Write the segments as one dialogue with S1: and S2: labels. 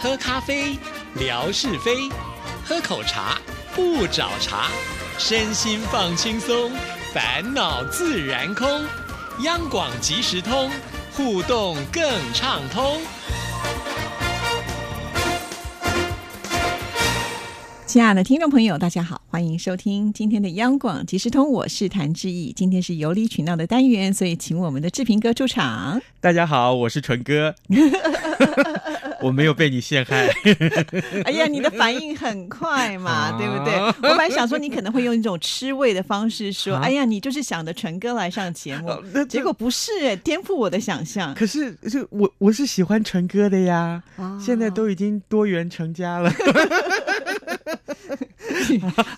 S1: 喝咖啡，聊是非；喝口茶，不找茬。身心放轻松，烦恼自然空。央广即时通，互动更畅通。
S2: 亲爱的听众朋友，大家好，欢迎收听今天的央广即时通，我是谭志毅。今天是有理取闹的单元，所以请我们的志平哥出 场。
S3: 大家好，我是纯 哥，我没有被你陷害。
S2: 哎呀，你的反应很快 嘛，对不对？我本来想说你可能会用一种吃味的方式说，
S3: 啊哦
S2: 哎呀，你就是想着纯哥来上节目，
S3: 那
S2: 结果不是、哎，颠覆我的想 象。
S3: 可是就我我是喜欢纯哥的呀，
S2: 啊
S3: 现在都已经多元成家 了。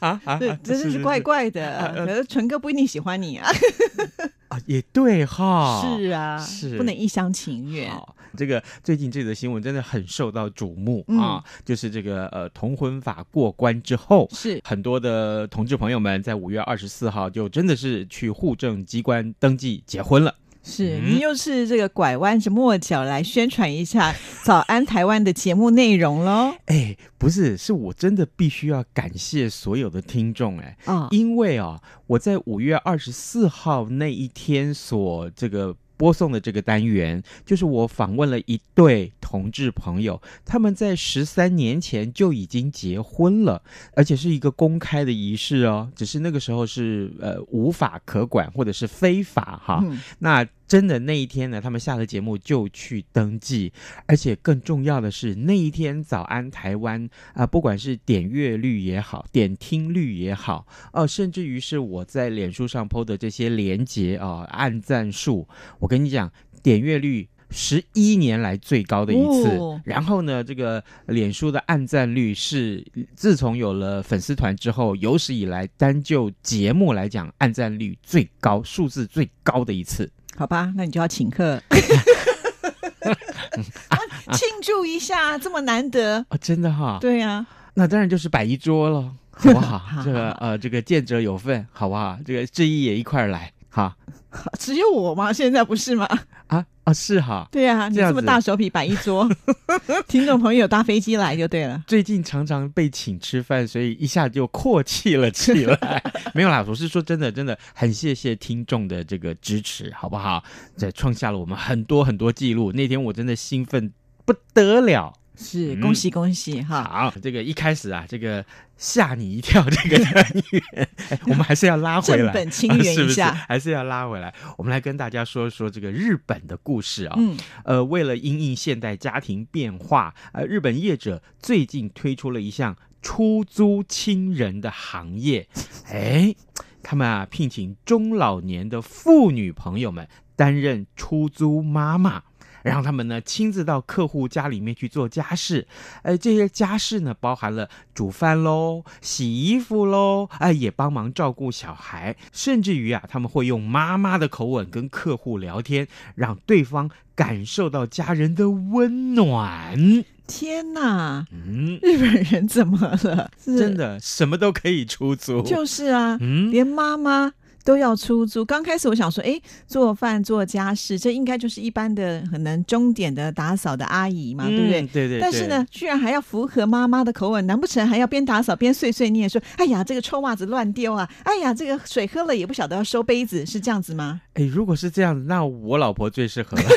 S3: 啊啊！
S2: 对，真的是怪怪的。可是纯哥不一定喜欢你啊。
S3: 啊，也对哈。
S2: 是啊，
S3: 哦是
S2: 不能一厢情愿。
S3: 好，这个最近这则新闻真的很受到瞩目、
S2: 嗯
S3: 啊，就是这个呃同婚法过关之后，
S2: 是
S3: 很多的同志朋友们在五月二十四号就真的是去户政机关登记结婚了。
S2: 是，
S3: 嗯
S2: 你又是这个拐弯着抹角来宣传一下《早安台湾》的节目内容喽。
S3: 哎，不是，是我真的必须要感谢所有的听众哎，
S2: 啊、
S3: 因为啊、我在五月二十四号那一天所这个。播送的这个单元，就是我访问了一对同志朋友，他们在十三年前就已经结婚了，而且是一个公开的仪式哦，只是那个时候是呃无法可管或者是非法哈。
S2: 嗯，
S3: 那真的那一天呢，他们下了节目就去登记，而且更重要的是，那一天早安台湾啊、不管是点阅率也好，点听率也好，哦、甚至于是我在脸书上 PO 的这些连结啊、按赞数，我跟你讲，点阅率。十一年来最高的一次，
S2: 哦
S3: 然后呢，这个脸书的按赞率是自从有了粉丝团之后，有史以来单就节目来讲，按赞率最高，数字最高的一次。
S2: 好吧，那你就要请 客。啊庆祝一下，这么难得。
S3: 哦，真的哈、
S2: 对啊呀、
S3: 那当然就是摆一桌 了，好不
S2: 好
S3: 好？这个呃，这个见者有份，好不好？这个志毅也一块儿来，哈
S2: 只有我吗？现在不是吗？
S3: 啊啊是哈。
S2: 对呀、你
S3: 这样
S2: 这
S3: 子
S2: 么大手笔摆一 桌，听众朋友搭飞机来就对了。
S3: 最近常常被请吃饭，所以一下就阔气了起 来。没有啦，我是说真的，真的很谢谢听众的这个支持，好不好？这创下了我们很多很多记录。那天我真的兴奋不得了。
S2: 是，
S3: 嗯
S2: 恭喜恭喜哈！
S3: 好，这个一开始啊，这个吓你一跳， 这个单元，哎我们还是要拉回
S2: 正
S3: 来。
S2: 本清源
S3: 啊 是
S2: 一
S3: 不是
S2: 下。
S3: 还是要拉回来？我们来跟大家说说这个日本的故事啊、
S2: 嗯，
S3: 呃，为了因应现代家庭变化，呃，日本业者最近推出了一项出租亲人的行业。哎，他们啊聘请中老年的妇女朋友们担任出租妈妈。让他们呢亲自到客户家里面去做家事，呃，这些家事呢包含了煮饭喽、洗衣服喽，哎、也帮忙照顾小孩，甚至于啊，他们会用妈妈的口吻跟客户聊天，让对方感受到家人的温暖。
S2: 天哪，
S3: 嗯，
S2: 日本人怎么了？是
S3: 真的什么都可以出租。
S2: 就是啊，
S3: 嗯，
S2: 连妈妈都要出租。刚开始我想说，哎，做饭做家事，这应该就是一般的可能钟点的打扫的阿姨嘛，对不对？
S3: 嗯对对。
S2: 但是呢，居然还要符合妈妈的口吻，难不成还要边打扫边碎碎念说：“哎呀，这个臭袜子乱丢啊！哎呀，这个水喝了也不晓得要收杯子，是这样子吗
S3: 对，哎，如果是这样，那我老婆 最适合了。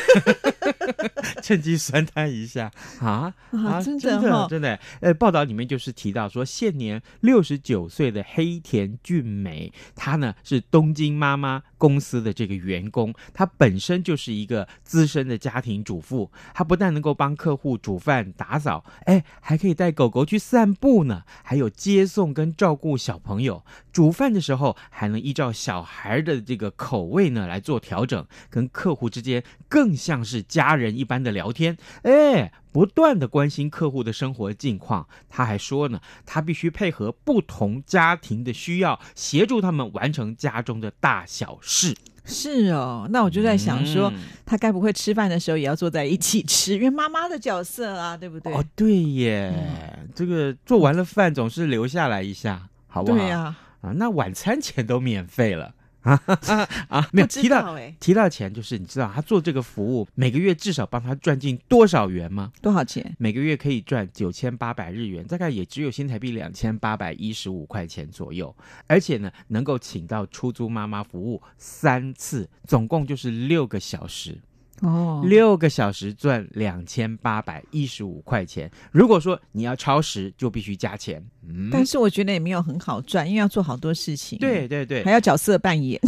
S3: 趁机酸她一下啊？”
S2: 啊，真的
S3: 真
S2: 哦
S3: 的，真的，呃，报道里面就是提到说，现年六十九岁的黑田俊美，她呢是东京妈妈公司的这个员工，她本身就是一个资深的家庭主妇，她不但能够帮客户煮饭、打扫，哎，还可以带狗狗去散步呢，还有接送跟照顾小朋友。煮饭的时候还能依照小孩的这个口味呢来做调整，跟客户之间更像是家人一般的聊天。哎，不断的关心客户的生活近况。他还说呢，他必须配合不同家庭的需要，协助他们完成家中的大小事。
S2: 是哦。那我就在想说，
S3: 嗯
S2: 他该不会吃饭的时候也要坐在一起吃，因为妈妈的角色啊，对不对？嗯
S3: 哦，对耶，这个做完了饭总是留下来一下，好不好？啊
S2: 对呀、
S3: 啊那晚餐钱都免费了。啊，没有
S2: 不知
S3: 提到
S2: 道哎，
S3: 提到钱，就是你知道他做这个服务，每个月至少帮他赚进多少元吗？
S2: 多少钱？
S3: 每个月可以赚九千八百日元，大概也只有新台币两千八百一十五块钱左右。而且呢，能够请到出租妈妈服务三次，总共就是六个小时，
S2: 哦，
S3: 六个小时赚两千八百一十五块钱。如果说你要超时，就必须加钱。嗯，
S2: 但是我觉得也没有很好赚，因为要做好多事情，
S3: 对，对
S2: 嗯
S3: 对
S2: 还，要角色扮演，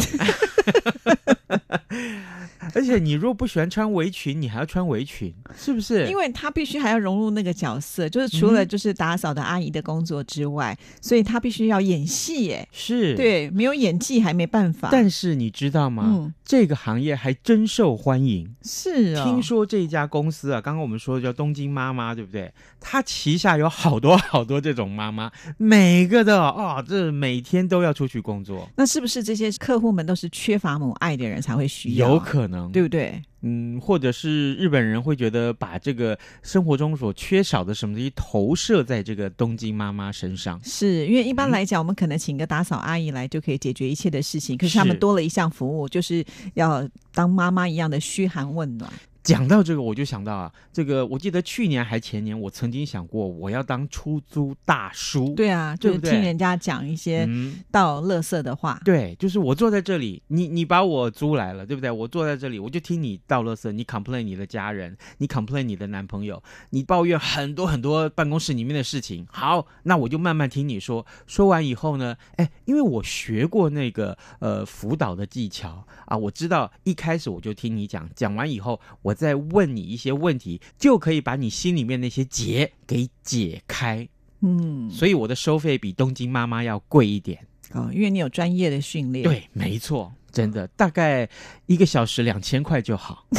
S3: 而且你如果不喜欢穿围裙，你还要穿围裙，是不是？
S2: 因
S3: 为
S2: 为他必须还要融入那个角色，就是除了
S3: 嗯
S2: 就是打扫的阿姨的工作之外，所以他必须要演戏耶。
S3: 是。
S2: 对，没有演技还没办法。
S3: 但是你知道吗？
S2: 嗯
S3: 这个行业还真受欢迎。
S2: 是哦，
S3: 听说这一家公司啊，刚刚我们说的叫东京妈妈，对不对？它旗下有好多好多这种妈妈，每个的啊、哦，这每天都要出去工作，
S2: 那是不是这些客户们都是缺乏母爱的人才会需要？
S3: 有可能
S2: 对，不对？
S3: 嗯，或者是日本人会觉得把这个生活中所缺少的什么东西投射在这个东京妈妈身上。
S2: 是因为一
S3: 嗯
S2: 般来讲，我们可能请个打扫阿姨来就可以解决一切的事情，可是
S3: 是
S2: 他们多了一项服务，就是要当妈妈一样的嘘寒问暖。
S3: 讲到这个，我就想到啊，这个我记得去年还前年，我曾经想过我要当出租大叔。，
S2: 对啊，就
S3: 对
S2: 是
S3: 不对
S2: 听人家讲一些
S3: 嗯，
S2: 到垃圾的话。
S3: 对，就是我坐在这里，你你把我租来了，对不对？我坐在这里，我就听你倒垃圾，你 complain 你的家人，你 complain 你的男朋友，你抱怨很多很多办公室里面的事情。好，那我就慢慢听你说。说完以后呢，哎，因为我学过那个呃辅导的技巧啊，我知道一开始我就听你讲，讲完以后，我再问你一些问题，就可以把你心里面那些结给解开。
S2: 嗯，
S3: 所以我的收费比东京妈妈要贵一点。
S2: 哦，因为你有专业的训练。，
S3: 对，没错，真的，大概一个小时两千块就好。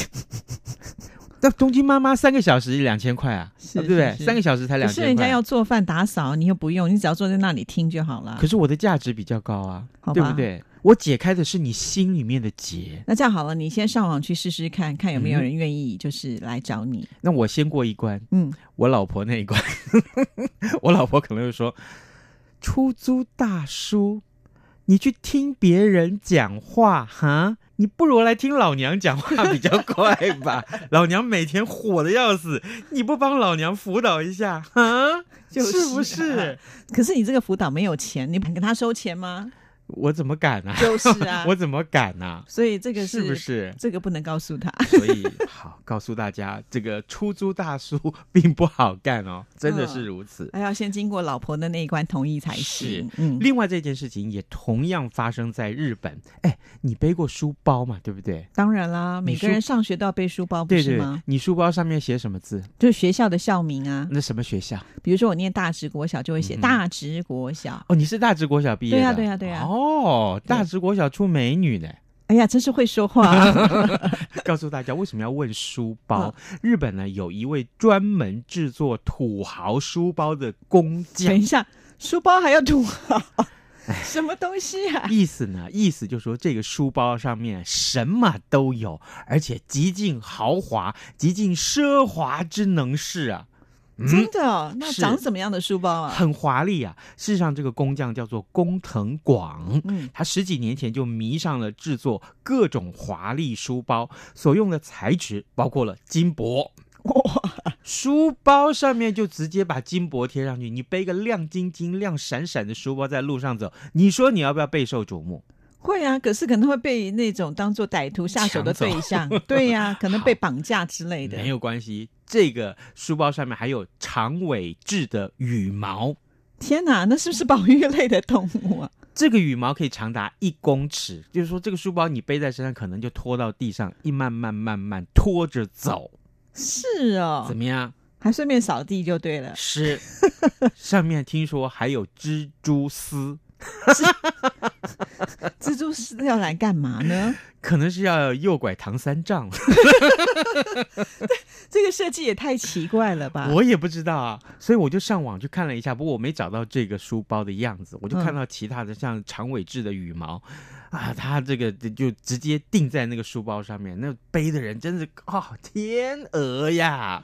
S3: 那东京妈妈三个小时两千块啊，
S2: 是
S3: 啊对不对
S2: 是？是
S3: 三个小时才
S2: 可
S3: 两
S2: 是
S3: 千
S2: 人
S3: 块
S2: 家。要做饭打扫，你又不用，你只要坐在那里听就好了
S3: 可。是我的价值比较高啊
S2: 好，
S3: 对
S2: 吧
S3: 不对？我解开的是你心里面的结。
S2: 那这样好了，你先上网去试试看，看有没有人愿意就是来找你。
S3: 那我先过一关，
S2: 嗯，
S3: 我老婆那一关， 我老婆可能会说：“出租大叔，你去听别人讲话哈，你不如来听老娘讲话比较快 吧。老娘每天火的要死，你不帮老娘辅导一下哈，
S2: 就是啊
S3: 不是？
S2: 可是你这个辅导没有钱，你敢跟他收钱 吗？
S3: 我怎么敢啊？
S2: 就是啊
S3: 我怎么敢啊？
S2: 所以这个
S3: 是 不是？
S2: 这个不能告诉他，
S3: 所以好，告诉大家，这个出租大叔并不好干哦，真的是
S2: 嗯
S3: 如此。
S2: 还要先经过老婆的那一关同意才行。嗯，
S3: 另外这件事情也同样发生在日本。哎，你背过书包嘛？对不对？
S2: 当然啦，每
S3: 你
S2: 个
S3: 说
S2: 人上学都要背书包，不
S3: 对
S2: 哦是
S3: 对
S2: 吗？，
S3: 你书包上面写什么字？
S2: 就是学校的校名啊，
S3: 那什么学校？
S2: 比如说我念大直国小就会写
S3: 嗯哼
S2: 大直国小。
S3: 哦，你是大直国小毕业的？
S2: 对呀对呀对呀
S3: 哦，大直国小出美女呢。
S2: 哎呀，真是会说话 啊，
S3: 告诉大家为什么要问书
S2: 哦
S3: 包？日本呢有一位专门制作土豪书包的工
S2: 等
S3: 匠
S2: 一。下，哎书包还要土豪，什么东西啊？
S3: 意思呢？意思就是说，这个书包上面什么都有，而且极尽豪华、极尽奢华之能事啊！嗯
S2: 真的哦？那
S3: 是
S2: 长什么样的书包啊？
S3: 很华丽啊。事实上，这个工匠叫做工藤广，
S2: 嗯，
S3: 他十几年前就迷上了制作各种华丽书包，所用的材质包括了金箔。书包上面就直接把金箔贴上去，你背个亮晶晶、亮闪闪的书包在路上走，你说你要不要备受瞩目？
S2: 会啊，可是可能会被那种当做歹徒下手的
S3: 抢走
S2: 对 象，对呀、可能被绑架之类的。
S3: 没有关系，这个书包上面还有长尾制的羽毛，
S2: 天哪，那是不是保育类的动物啊？
S3: 这个羽毛可以长达一公尺，就是说这个书包你背在身上，可能就拖到地上，一慢慢慢慢拖着走，
S2: 是哦
S3: 怎，么样？
S2: 还顺便扫地就对了。
S3: 是，上面听说还有蜘蛛丝，
S2: 蜘蛛丝要来干嘛 呢？
S3: 可能是要诱拐唐三藏，
S2: 这个设计也太奇怪了吧？
S3: 我也不知道啊，所以我就上网去看了一下，不过我没找到这个书包的样子，我就看到其他的像长尾制的羽毛，啊，它这个就直接定在那个书包上面，那背的人真是哦天鹅呀！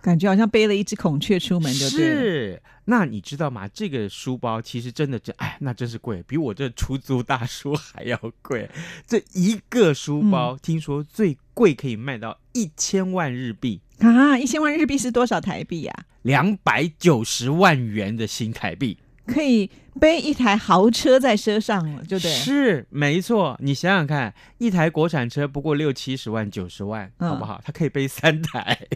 S2: 感觉好像背了一只孔雀出门就对了。
S3: 是，那你知道吗？这个书包其实真的真，哎，那真是贵，比我这出租大叔 还要贵。这一个书包，
S2: 嗯
S3: 听说最贵可以卖到一千万日币，
S2: 啊，一千万日币是多少台币啊呀、
S3: 两百九十万元的新台币。
S2: 可以背一台豪车在车上了，对不对？
S3: 是，没错。你想想看，一台国产车不过六七十万、九十万，
S2: 嗯
S3: 好不好？它可以背三台。！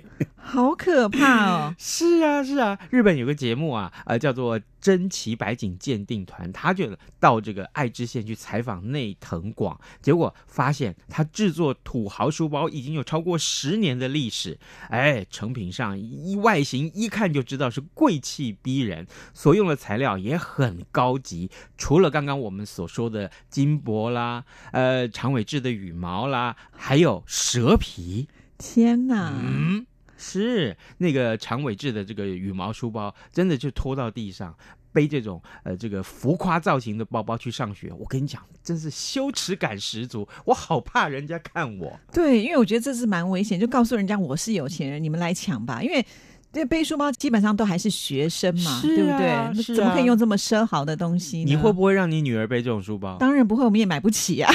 S2: 好可怕哦
S3: 是啊，是啊，日本有个节目啊，呃，叫做《珍奇百景鉴定团》，他就到这个爱知县去采访内藤广，结果发现他制作土豪书包已经有超过十年的历史，哎，成品上一外形一看就知道是贵气逼人，所用的材料也很高级，除了刚刚我们所说的金箔啦，呃，长尾雉的羽毛啦，还有蛇皮，
S2: 天哪，
S3: 嗯，是那个长尾雉的这个羽毛书包，真的就拖到地上。背这种呃这个浮夸造型的包包去上学，我跟你讲，真是羞耻感十足。我好怕人家看我。
S2: 对，因为我觉得这是蛮危险，就告诉人家我是有钱人，你们来抢吧，因为。这背书包基本上都还是学生嘛，
S3: 是啊
S2: 对不对？那
S3: 是
S2: 怎么可以
S3: 啊
S2: 用这么奢豪的东西呢？
S3: 你会不会让你女儿背这种书包？
S2: 当然不会，我们也买不起啊！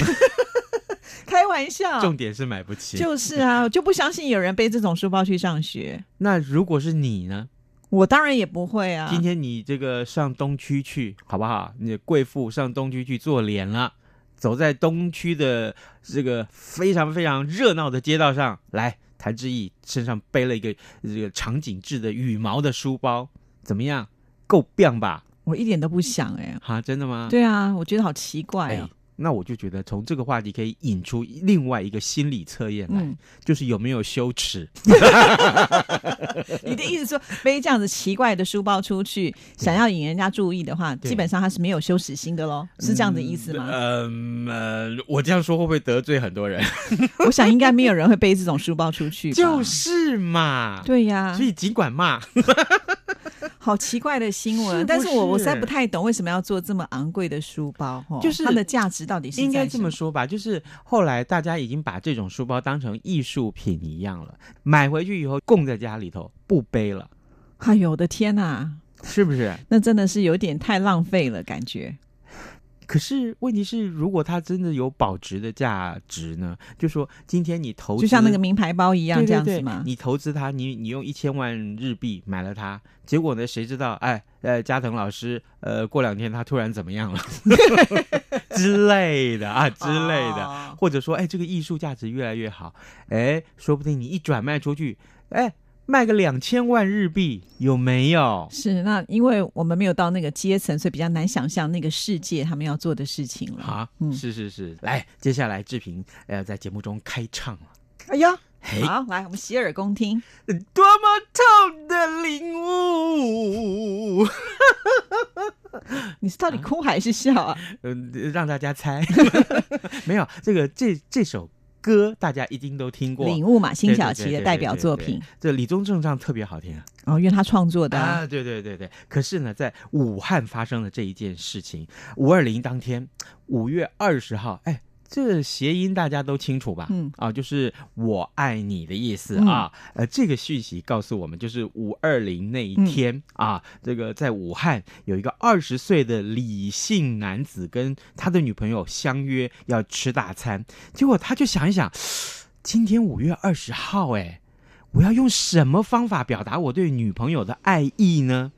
S2: 开玩笑，
S3: 重点是买不起。
S2: 就是啊，我就不相信有人背这种书包去上学。
S3: 那如果是你呢？
S2: 我当然也不会啊。
S3: 今天你这个上东区去好不好？你的贵妇上东区去做脸了，走在东区的这个非常非常热闹的街道上，来，谭志毅身上背了一个这个长颈雉的羽毛的书包，怎么样？够棒吧？
S2: 我一点都不想哎、
S3: 哈，真的吗？
S2: 对啊，我觉得好奇怪
S3: 哎
S2: 啊。，
S3: 那我就觉得从这个话题可以引出另外一个心理测验来，
S2: 嗯，
S3: 就是有没有羞耻？
S2: 你的意思说背这样子奇怪的书包出去，想要引人家注意的话，
S3: 对
S2: 基本上他是没有羞耻心的喽，是这样的意思吗？
S3: 嗯呃，我这样说会不会得罪很多人？
S2: 我想应该没有人会背这种书包出去吧，
S3: 就是嘛，
S2: 对呀、
S3: 所以尽管骂，
S2: 好奇怪的新
S3: 是
S2: 闻，
S3: 不
S2: 但是我我实在
S3: 是
S2: 不太懂为什么要做这么昂贵的书包，哦
S3: 就是
S2: 它的价值到底是
S3: 应该
S2: 在
S3: 这
S2: 什
S3: 么说吧，就是后来大家已经把这种书包当成艺术品一样了，买回去以后供在家里头，不背了，
S2: 哎呦我的天呐、
S3: 是不是？
S2: 那真的是有点太浪费了，感觉
S3: 可是问题是，如果它真的有保值的价值呢？就说今天你投资，
S2: 就像那个名牌包一样，
S3: 对对
S2: 这样子
S3: 对
S2: 嘛。
S3: 你投资它，你你用一千万日币买了它，结果呢？谁知道？哎，呃，加藤老师，呃，过两天他突然怎么样了 之类的啊，之类的。
S2: 哦
S3: 或者说，哎，这个艺术价值越来越好，哎，说不定你一转卖出去，哎，卖个两千万日币，有没有？
S2: 是那，因为我们没有到那个阶层，所以比较难想象那个世界他们要做的事情了。
S3: 啊，
S2: 嗯
S3: 是是是，来，接下来志平，呃，在节目中开唱了，
S2: 哎呀，
S3: 嘿，
S2: 好，来，我们洗耳恭听。
S3: 多么痛的领悟，
S2: 你是到底哭还是笑啊？
S3: 嗯、让大家猜，没有这个这这首歌大家一定都听过，
S2: 领悟嘛，辛
S3: 对
S2: 晓
S3: 对
S2: 琪
S3: 对
S2: 的
S3: 对
S2: 代
S3: 对
S2: 表
S3: 对
S2: 作
S3: 对
S2: 品
S3: 这李宗盛唱特别好听啊。
S2: 哦，因为他创作的啊。
S3: 啊，对对对对。可是呢，在武汉发生的这一件事情，五二零当天，五月二十号，哎，这谐音大家都清楚吧？
S2: 嗯
S3: 啊，就是我爱你的意思啊。呃，这个讯息告诉我们，就是五二零那一天、啊，这个在武汉有一个二十岁的李姓男子跟他的女朋友相约要吃大餐，结果他就想一想，今天五月二十号，哎。我要用什么方法表达我对女朋友的爱意呢？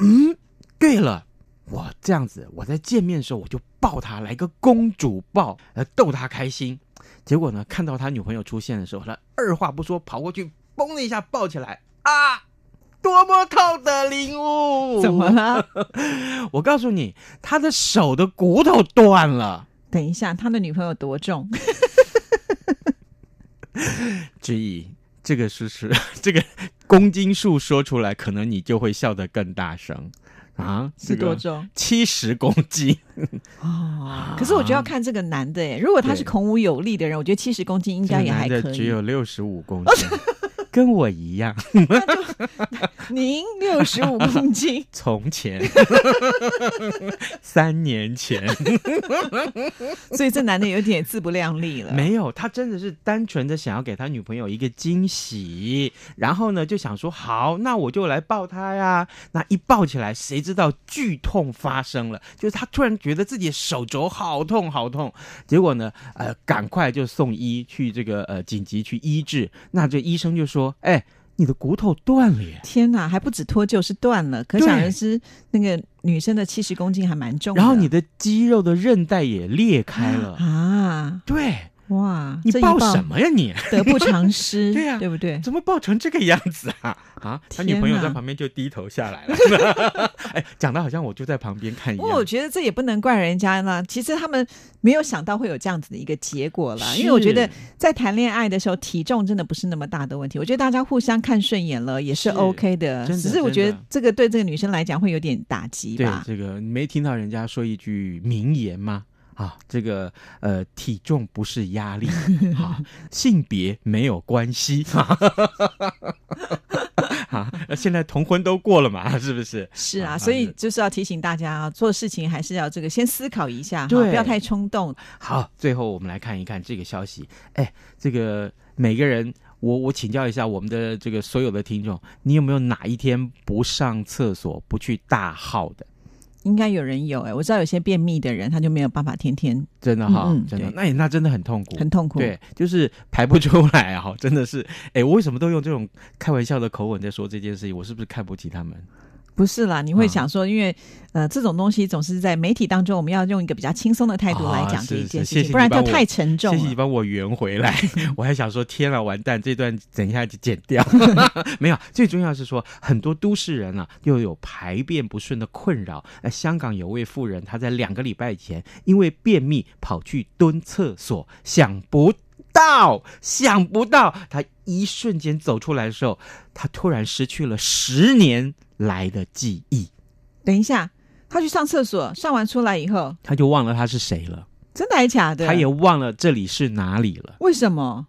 S3: 嗯，对了，我这样子，我在见面的时候我就抱她，来个公主抱，来逗她开心。结果呢，看到他女朋友出现的时候，他二话不说跑过去，嘣的一下抱起来啊！多么痛的领悟！
S2: 怎么？了？
S3: 我告诉你，他的手的骨头断了。
S2: 等一下，他的女朋友多重？
S3: 之意，这个是是 这个公斤数说出来，可能你就会笑得更大声啊！
S2: 是多重？
S3: 七十公斤，
S2: 哦，
S3: 啊
S2: 可是我觉得要看这个男的耶。如果他是
S3: 对
S2: 孔武有力的人，我觉得七十公斤应该也还
S3: 这个
S2: 可
S3: 男的只
S2: 以。
S3: 有六十五公斤。跟我一样，
S2: 您六十五公斤，
S3: 从前三年前
S2: 所以这男的有点自不量力了。
S3: 没有，他真的是单纯的想要给他女朋友一个惊喜，然后呢就想说好，那我就来抱她呀。那一抱起来，谁知道剧痛发生了，就是他突然觉得自己手肘好痛好痛，结果呢，呃，赶快就送医去这个呃紧急去医治。那这医生就说，哎。你的骨头断了耶！
S2: 天哪，还不止脱臼，是断了。可想而知，那个女生的七十公斤还蛮重的。
S3: 然后你的肌肉的韧带也裂开了，
S2: 啊，
S3: 对
S2: 哇，
S3: 你
S2: 这一
S3: 抱什么呀你？
S2: 得不偿失，
S3: 对啊
S2: 对不对？
S3: 怎么抱成这个样子啊？啊，他
S2: 天
S3: 女朋友
S2: 哪
S3: 在旁边就低头下来了。 哎，讲的好像我就在旁边看一
S2: 不过我
S3: 样。
S2: 觉得这也不能怪人家啦，其实他们没有想到会有这样子的一个结果啦。因为我觉得
S3: 是
S2: 在谈恋爱的时候，体重真的不是那么大的问题。我觉得大家互相看顺眼了也是
S3: 是
S2: OK 的，
S3: 真的
S2: 只是我觉
S3: 真
S2: 得
S3: 的
S2: 这个对这个女生来讲会有点打击
S3: 对
S2: 吧。
S3: 这个，你没听到人家说一句名言吗？啊，这个呃，体重不是压力，啊，性别没有关系。 啊，现在同婚都过了嘛，是不是？
S2: 是
S3: 啊
S2: 啊，所以就是要提醒大家啊，做事情还是要这个先思考一下哈，
S3: 对
S2: 不要太冲动。
S3: 好，最后我们来看一看这个消息。哎，这个每个人，我我请教一下我们的这个所有的听众，你有没有哪一天不上厕所、不去大号的？
S2: 应该有人有哎、我知道有些便秘的人他就没有办法天天
S3: 真的哈、
S2: 嗯嗯
S3: 真的，
S2: 对
S3: 那也那真的很痛苦，
S2: 很痛苦。
S3: 嗯对，就是排不出来啊， 真的是。哎，我为什么都用这种开玩笑的口吻在说这件事情？我是不是看不起他们？
S2: 不是啦，你会
S3: 嗯
S2: 想说，因为呃，这种东西总是在媒体当中，我们要用一个比较轻松的态度来
S3: 啊
S2: 讲这
S3: 是
S2: 一件事
S3: 是谢
S2: 情，
S3: 谢
S2: 不然
S3: 你帮
S2: 就
S3: 我
S2: 太沉重
S3: 谢谢你
S2: 了。
S3: 帮我圆回来，我还想说，天了，完蛋，这段等一下就剪掉。没有，最重要是说，很多都市人啊，又有排便不顺的困扰。那香港有位妇人，她在两个礼拜以前因为便秘跑去蹲厕所，想不到，想不到，她一瞬间走出来的时候，她突然失去了十年来的记忆，
S2: 等一下，他去上厕所，上完出来以后，
S3: 她就忘了她是谁了，
S2: 真的还假的？
S3: 她也忘了这里是哪里了，
S2: 为什么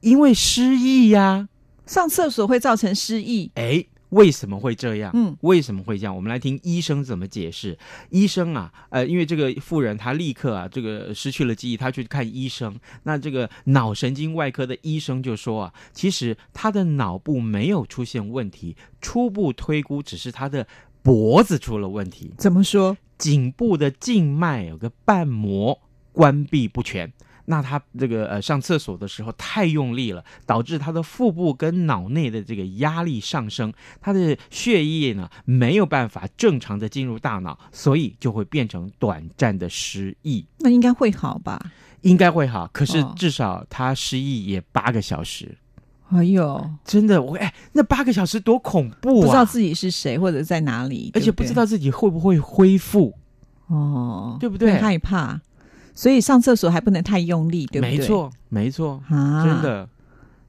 S3: 因为失忆呀、
S2: 上厕所会造成失忆？
S3: 哎，为什么会这样？
S2: 嗯，
S3: 为什么会这样？我们来听医生怎么解释。医生啊，呃，因为这个妇人她立刻啊，这个失去了记忆，她去看医生。那这个脑神经外科的医生就说啊，其实她的脑部没有出现问题，初步推估只是她的脖子出了问题，
S2: 怎么说？
S3: 颈部的静脉有个瓣膜关闭不全。那她这个呃上厕所的时候太用力了，导致她的腹部跟脑内的这个压力上升，她的血液呢没有办法正常的进入大脑，所以就会变成短暂的失忆。
S2: 那应该会好吧？
S3: 应该会好，可是
S2: 哦
S3: 至少她失忆也八个小时，
S2: 哎呦，
S3: 真的我哎那八个小时多恐怖啊！
S2: 不知道自己是谁或者在哪里，
S3: 而
S2: 对
S3: 且不
S2: 对
S3: 知道自己会不会恢复，
S2: 哦，
S3: 对不对
S2: 会害怕，所以上厕所还不能太用力，对不对？
S3: 没错，没错。
S2: 啊，
S3: 真的。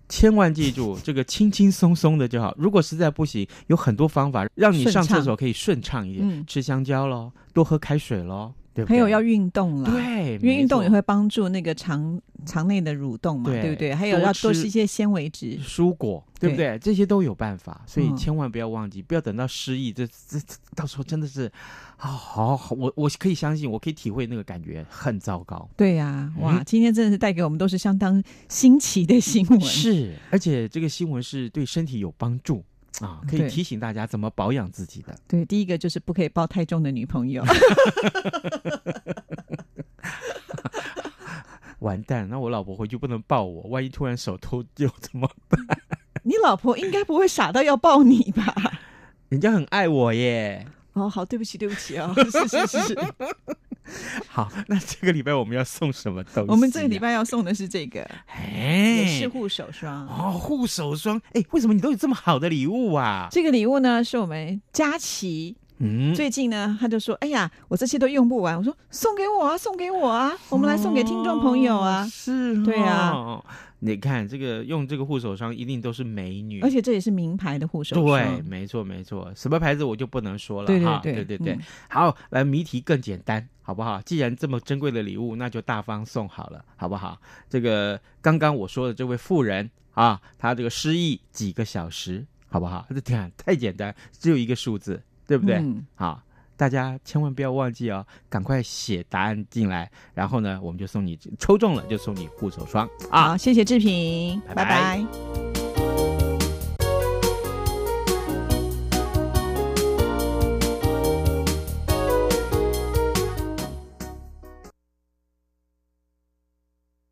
S3: 千万记住，这个轻轻松松的 就好。如果实在不行，有很多方法让你
S2: 顺
S3: 上
S2: 畅
S3: 厕所可以顺畅一点，
S2: 嗯
S3: 吃香蕉喽，多喝开水喽，对不
S2: 还
S3: 对？
S2: 有要运动啦，
S3: 对，
S2: 因为运动
S3: 没
S2: 也
S3: 错
S2: 会帮助那个肠肠内的蠕动嘛，
S3: 对
S2: 对不对？还有
S3: 多
S2: 要多
S3: 吃
S2: 吃一些纤维质。
S3: 蔬果，对不对？这些都有办法，所以
S2: 嗯
S3: 千万不要忘记，不要等到失忆，这这这到时候真的是啊，好好，我我可以相信，我可以体会那个感觉，很糟糕。
S2: 对呀、哇，今天真的是带给我们都是相当新奇的新闻。
S3: 是，而且这个新闻是对身体有帮助啊，可以
S2: 对
S3: 提醒大家怎么保养自己的。
S2: 对，第一个就是不可以抱太重的女朋友。
S3: 完蛋，那我老婆回去不能抱我，万一突然手偷丢怎么？
S2: 你老婆应该不会傻到要抱你吧？
S3: 人家很爱我耶。
S2: 哦，好，对不起，对不起
S3: 啊
S2: 哦， 是是是 是，
S3: 好， 那这个礼拜我们要送什么东西、啊
S2: 我们这个礼，拜要送的是这个，也
S3: 哎
S2: 是，护手霜。
S3: 哦，护手霜，哎，为什么你都有这么好的礼物啊？
S2: 这个礼物呢，是我们佳琪
S3: 嗯，
S2: 最近呢，他就说：“哎呀，我这些都用不完。”我说：“送给我啊，送给我啊，我们来送给听众朋友啊
S3: 哦。是、哦，
S2: 对
S3: 啊，你看这个用这个护手霜一定都是美女，
S2: 而且这也是名牌的护手霜
S3: 对，。没错没错，什么牌子我就不能说了
S2: 对
S3: 哈，
S2: 对
S3: 对对对
S2: 嗯
S3: 好，来谜题更简单，好不好？既然这么珍贵的礼物，那就大方送好了，好不好？这个刚刚我说的这位妇人啊，他这个失忆几个小时，好不好？这天太简单，只有一个数字，对不对？
S2: 嗯
S3: 好，大家千万不要忘记哦，赶快写答案进来，然后呢，我们就送你抽中了就送你护手霜啊。
S2: 好，谢谢志平，
S3: 拜拜
S2: 拜拜